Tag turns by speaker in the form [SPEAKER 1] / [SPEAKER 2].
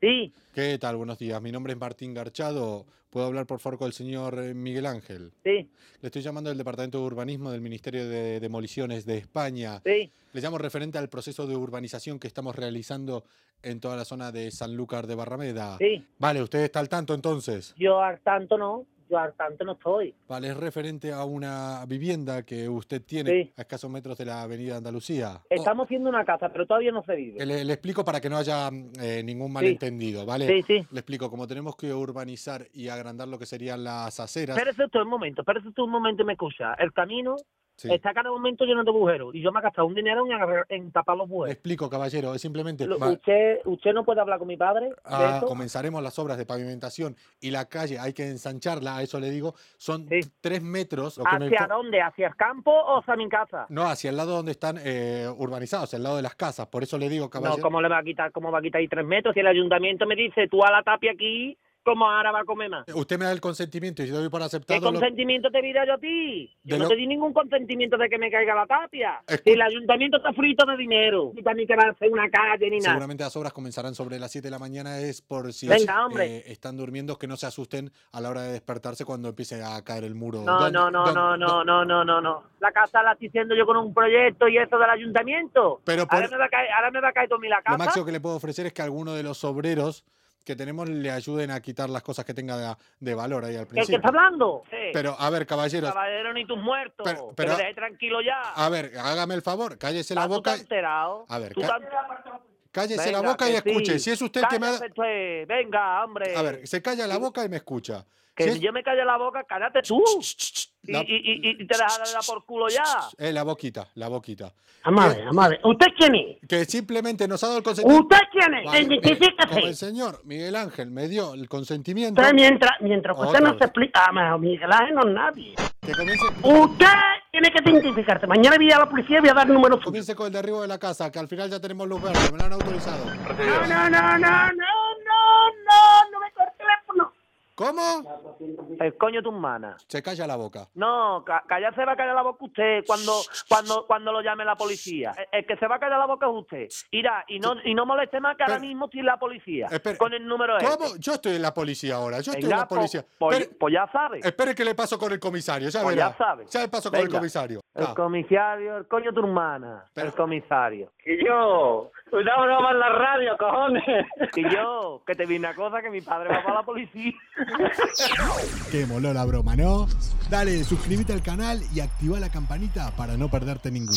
[SPEAKER 1] Sí,
[SPEAKER 2] ¿Qué tal? Buenos días. Mi nombre es Martín Garchado. ¿Puedo hablar por favor con el señor eh, Miguel Ángel?
[SPEAKER 1] sí,
[SPEAKER 2] Le estoy llamando del Departamento de Urbanismo del Ministerio de Demoliciones de España.
[SPEAKER 1] sí.
[SPEAKER 2] Le llamo referente al proceso de urbanización que estamos realizando en toda la zona de Sanlúcar de Barrameda.
[SPEAKER 1] Sí.
[SPEAKER 2] Vale, usted está al tanto entonces.
[SPEAKER 1] Yo al tanto no, yo al tanto no estoy.
[SPEAKER 2] Vale, es referente a una vivienda que usted tiene
[SPEAKER 1] Sí.
[SPEAKER 2] a escasos metros de la avenida Andalucía. O-
[SPEAKER 1] Estamos haciendo una casa, pero todavía no se vive.
[SPEAKER 2] Eh, Le, le explico para que no haya mm, eh, ningún malentendido, ¿vale?
[SPEAKER 1] Sí, sí.
[SPEAKER 2] Le explico, como tenemos que urbanizar y agrandar lo que serían las aceras.
[SPEAKER 1] Espérese tú un momento, espérese tú un momento y me escucha. El camino
[SPEAKER 2] Sí.
[SPEAKER 1] está cada momento lleno de agujeros y yo me he gastado un dinero en, agarrar- en tapar los
[SPEAKER 2] Le
[SPEAKER 1] agujeros.
[SPEAKER 2] explico, caballero, es simplemente...
[SPEAKER 1] Lo-
[SPEAKER 2] Este, ma-
[SPEAKER 1] usted, usted no puede hablar con mi padre de
[SPEAKER 2] ah,
[SPEAKER 1] esto.
[SPEAKER 2] comenzaremos las obras de pavimentación y la calle hay que ensancharla, a eso le digo, son
[SPEAKER 1] Sí.
[SPEAKER 2] t- tres metros. Lo que me
[SPEAKER 1] ¿Hacia
[SPEAKER 2] co-
[SPEAKER 1] dónde? ¿Hacia el campo o hacia mi casa?
[SPEAKER 2] No, hacia el lado donde están eh, urbanizados, el lado de las casas, por eso le digo, caballero.
[SPEAKER 1] No, ¿cómo le va a quitar, cómo va a quitar ahí tres metros? Si el ayuntamiento me dice, tú a la tapia aquí, como ahora va a comer más?
[SPEAKER 2] Usted me da el consentimiento y yo doy por
[SPEAKER 1] ¿Qué
[SPEAKER 2] aceptado. lo-
[SPEAKER 1] consentimiento te diré yo a ti? Yo
[SPEAKER 2] De
[SPEAKER 1] no
[SPEAKER 2] lo-
[SPEAKER 1] te di ningún consentimiento de que me caiga la tapia.
[SPEAKER 2] Escu-
[SPEAKER 1] Si el ayuntamiento está frito de dinero, ni también que va a hacer una calle ni nada.
[SPEAKER 2] Seguramente las obras comenzarán sobre las 7 de la mañana, es por si
[SPEAKER 1] Venga, hombre.
[SPEAKER 2] eh, están durmiendo, que no se asusten a la hora de despertarse cuando empiece a caer el muro.
[SPEAKER 1] No,
[SPEAKER 2] ¿Dónde-
[SPEAKER 1] no, no,
[SPEAKER 2] dónde-
[SPEAKER 1] no, no,
[SPEAKER 2] dónde-
[SPEAKER 1] no, no, no, no. La casa la estoy haciendo yo con un proyecto y eso del ayuntamiento.
[SPEAKER 2] Pero por-
[SPEAKER 1] ahora, me va a caer, ahora me va a caer todo mi la
[SPEAKER 2] Lo
[SPEAKER 1] casa.
[SPEAKER 2] máximo que le puedo ofrecer es que alguno de los obreros que tenemos le ayuden a quitar las cosas que tenga de, de valor ahí al
[SPEAKER 1] ¿Qué, qué
[SPEAKER 2] principio.
[SPEAKER 1] está hablando? Sí.
[SPEAKER 2] Pero, a ver, caballeros,
[SPEAKER 1] Caballero ni tus muertos.
[SPEAKER 2] Pero-
[SPEAKER 1] Pero,
[SPEAKER 2] pero-
[SPEAKER 1] deje tranquilo ya.
[SPEAKER 2] a ver, hágame el favor, cállese la
[SPEAKER 1] Estás tú
[SPEAKER 2] boca,
[SPEAKER 1] tan enterado.
[SPEAKER 2] A ver,
[SPEAKER 1] Tú
[SPEAKER 2] ca-
[SPEAKER 1] tan-
[SPEAKER 2] cállese la
[SPEAKER 1] Venga,
[SPEAKER 2] boca y
[SPEAKER 1] que sí.
[SPEAKER 2] escuche. Si es usted que me ha...
[SPEAKER 1] Cállate, pues. Venga, hombre.
[SPEAKER 2] A ver, se calla la boca y me escucha.
[SPEAKER 1] Que
[SPEAKER 2] Si es-
[SPEAKER 1] yo me calle la boca, cállate tú. Y,
[SPEAKER 2] La-
[SPEAKER 1] y- y- y te deja de dar por culo ya.
[SPEAKER 2] Eh, la boquita, la boquita.
[SPEAKER 1] Amade, amade. ¿Usted quién es?
[SPEAKER 2] Que simplemente nos ha dado el consentimiento.
[SPEAKER 1] ¿Usted quién es?
[SPEAKER 2] Vale, mire, como
[SPEAKER 1] Identifíquese.
[SPEAKER 2] el señor Miguel Ángel me dio el consentimiento
[SPEAKER 1] Usted mientras, mientras que usted
[SPEAKER 2] Otra
[SPEAKER 1] no
[SPEAKER 2] vez.
[SPEAKER 1] se explica, ah, ma- Miguel Ángel no es nadie.
[SPEAKER 2] que comience,
[SPEAKER 1] Usted tiene que identificarse. Mañana voy a la policía y voy a dar número suyo.
[SPEAKER 2] comience con el derribo de la casa, que al final ya tenemos luz verde, me lo han autorizado.
[SPEAKER 1] No, no, no, no, no, no, no, no me corte el teléfono.
[SPEAKER 2] ¿Cómo?
[SPEAKER 1] El coño tu mana.
[SPEAKER 2] Se calla la boca.
[SPEAKER 1] No, ca- callar se va a callar la boca usted cuando cuando cuando lo llame la policía. El, el que se va a callar la boca es usted. Irá y no y no moleste más que ahora
[SPEAKER 2] Pero-
[SPEAKER 1] mismo tiene la policía
[SPEAKER 2] Espere.
[SPEAKER 1] con el número este? ese.
[SPEAKER 2] ¿Cómo? Yo estoy en la policía ahora, yo estoy en
[SPEAKER 1] Venga,
[SPEAKER 2] la
[SPEAKER 1] po-
[SPEAKER 2] policía.
[SPEAKER 1] Pues,
[SPEAKER 2] Espere,
[SPEAKER 1] pues ya sabe.
[SPEAKER 2] espere que le paso con el comisario, ya
[SPEAKER 1] Pues
[SPEAKER 2] verá.
[SPEAKER 1] ya sabe.
[SPEAKER 2] Ya le paso con el
[SPEAKER 1] Venga.
[SPEAKER 2] comisario.
[SPEAKER 1] El
[SPEAKER 2] Ah,
[SPEAKER 1] comisario, el coño tu hermana.
[SPEAKER 2] Pero-
[SPEAKER 1] El comisario.
[SPEAKER 3] Y yo, cuidado no más la radio, cojones.
[SPEAKER 1] Y yo, que te vi una cosa que mi padre va para la policía.
[SPEAKER 4] Te moló la broma, ¿no? Dale, suscríbete al canal y activa la campanita para no perderte ninguno.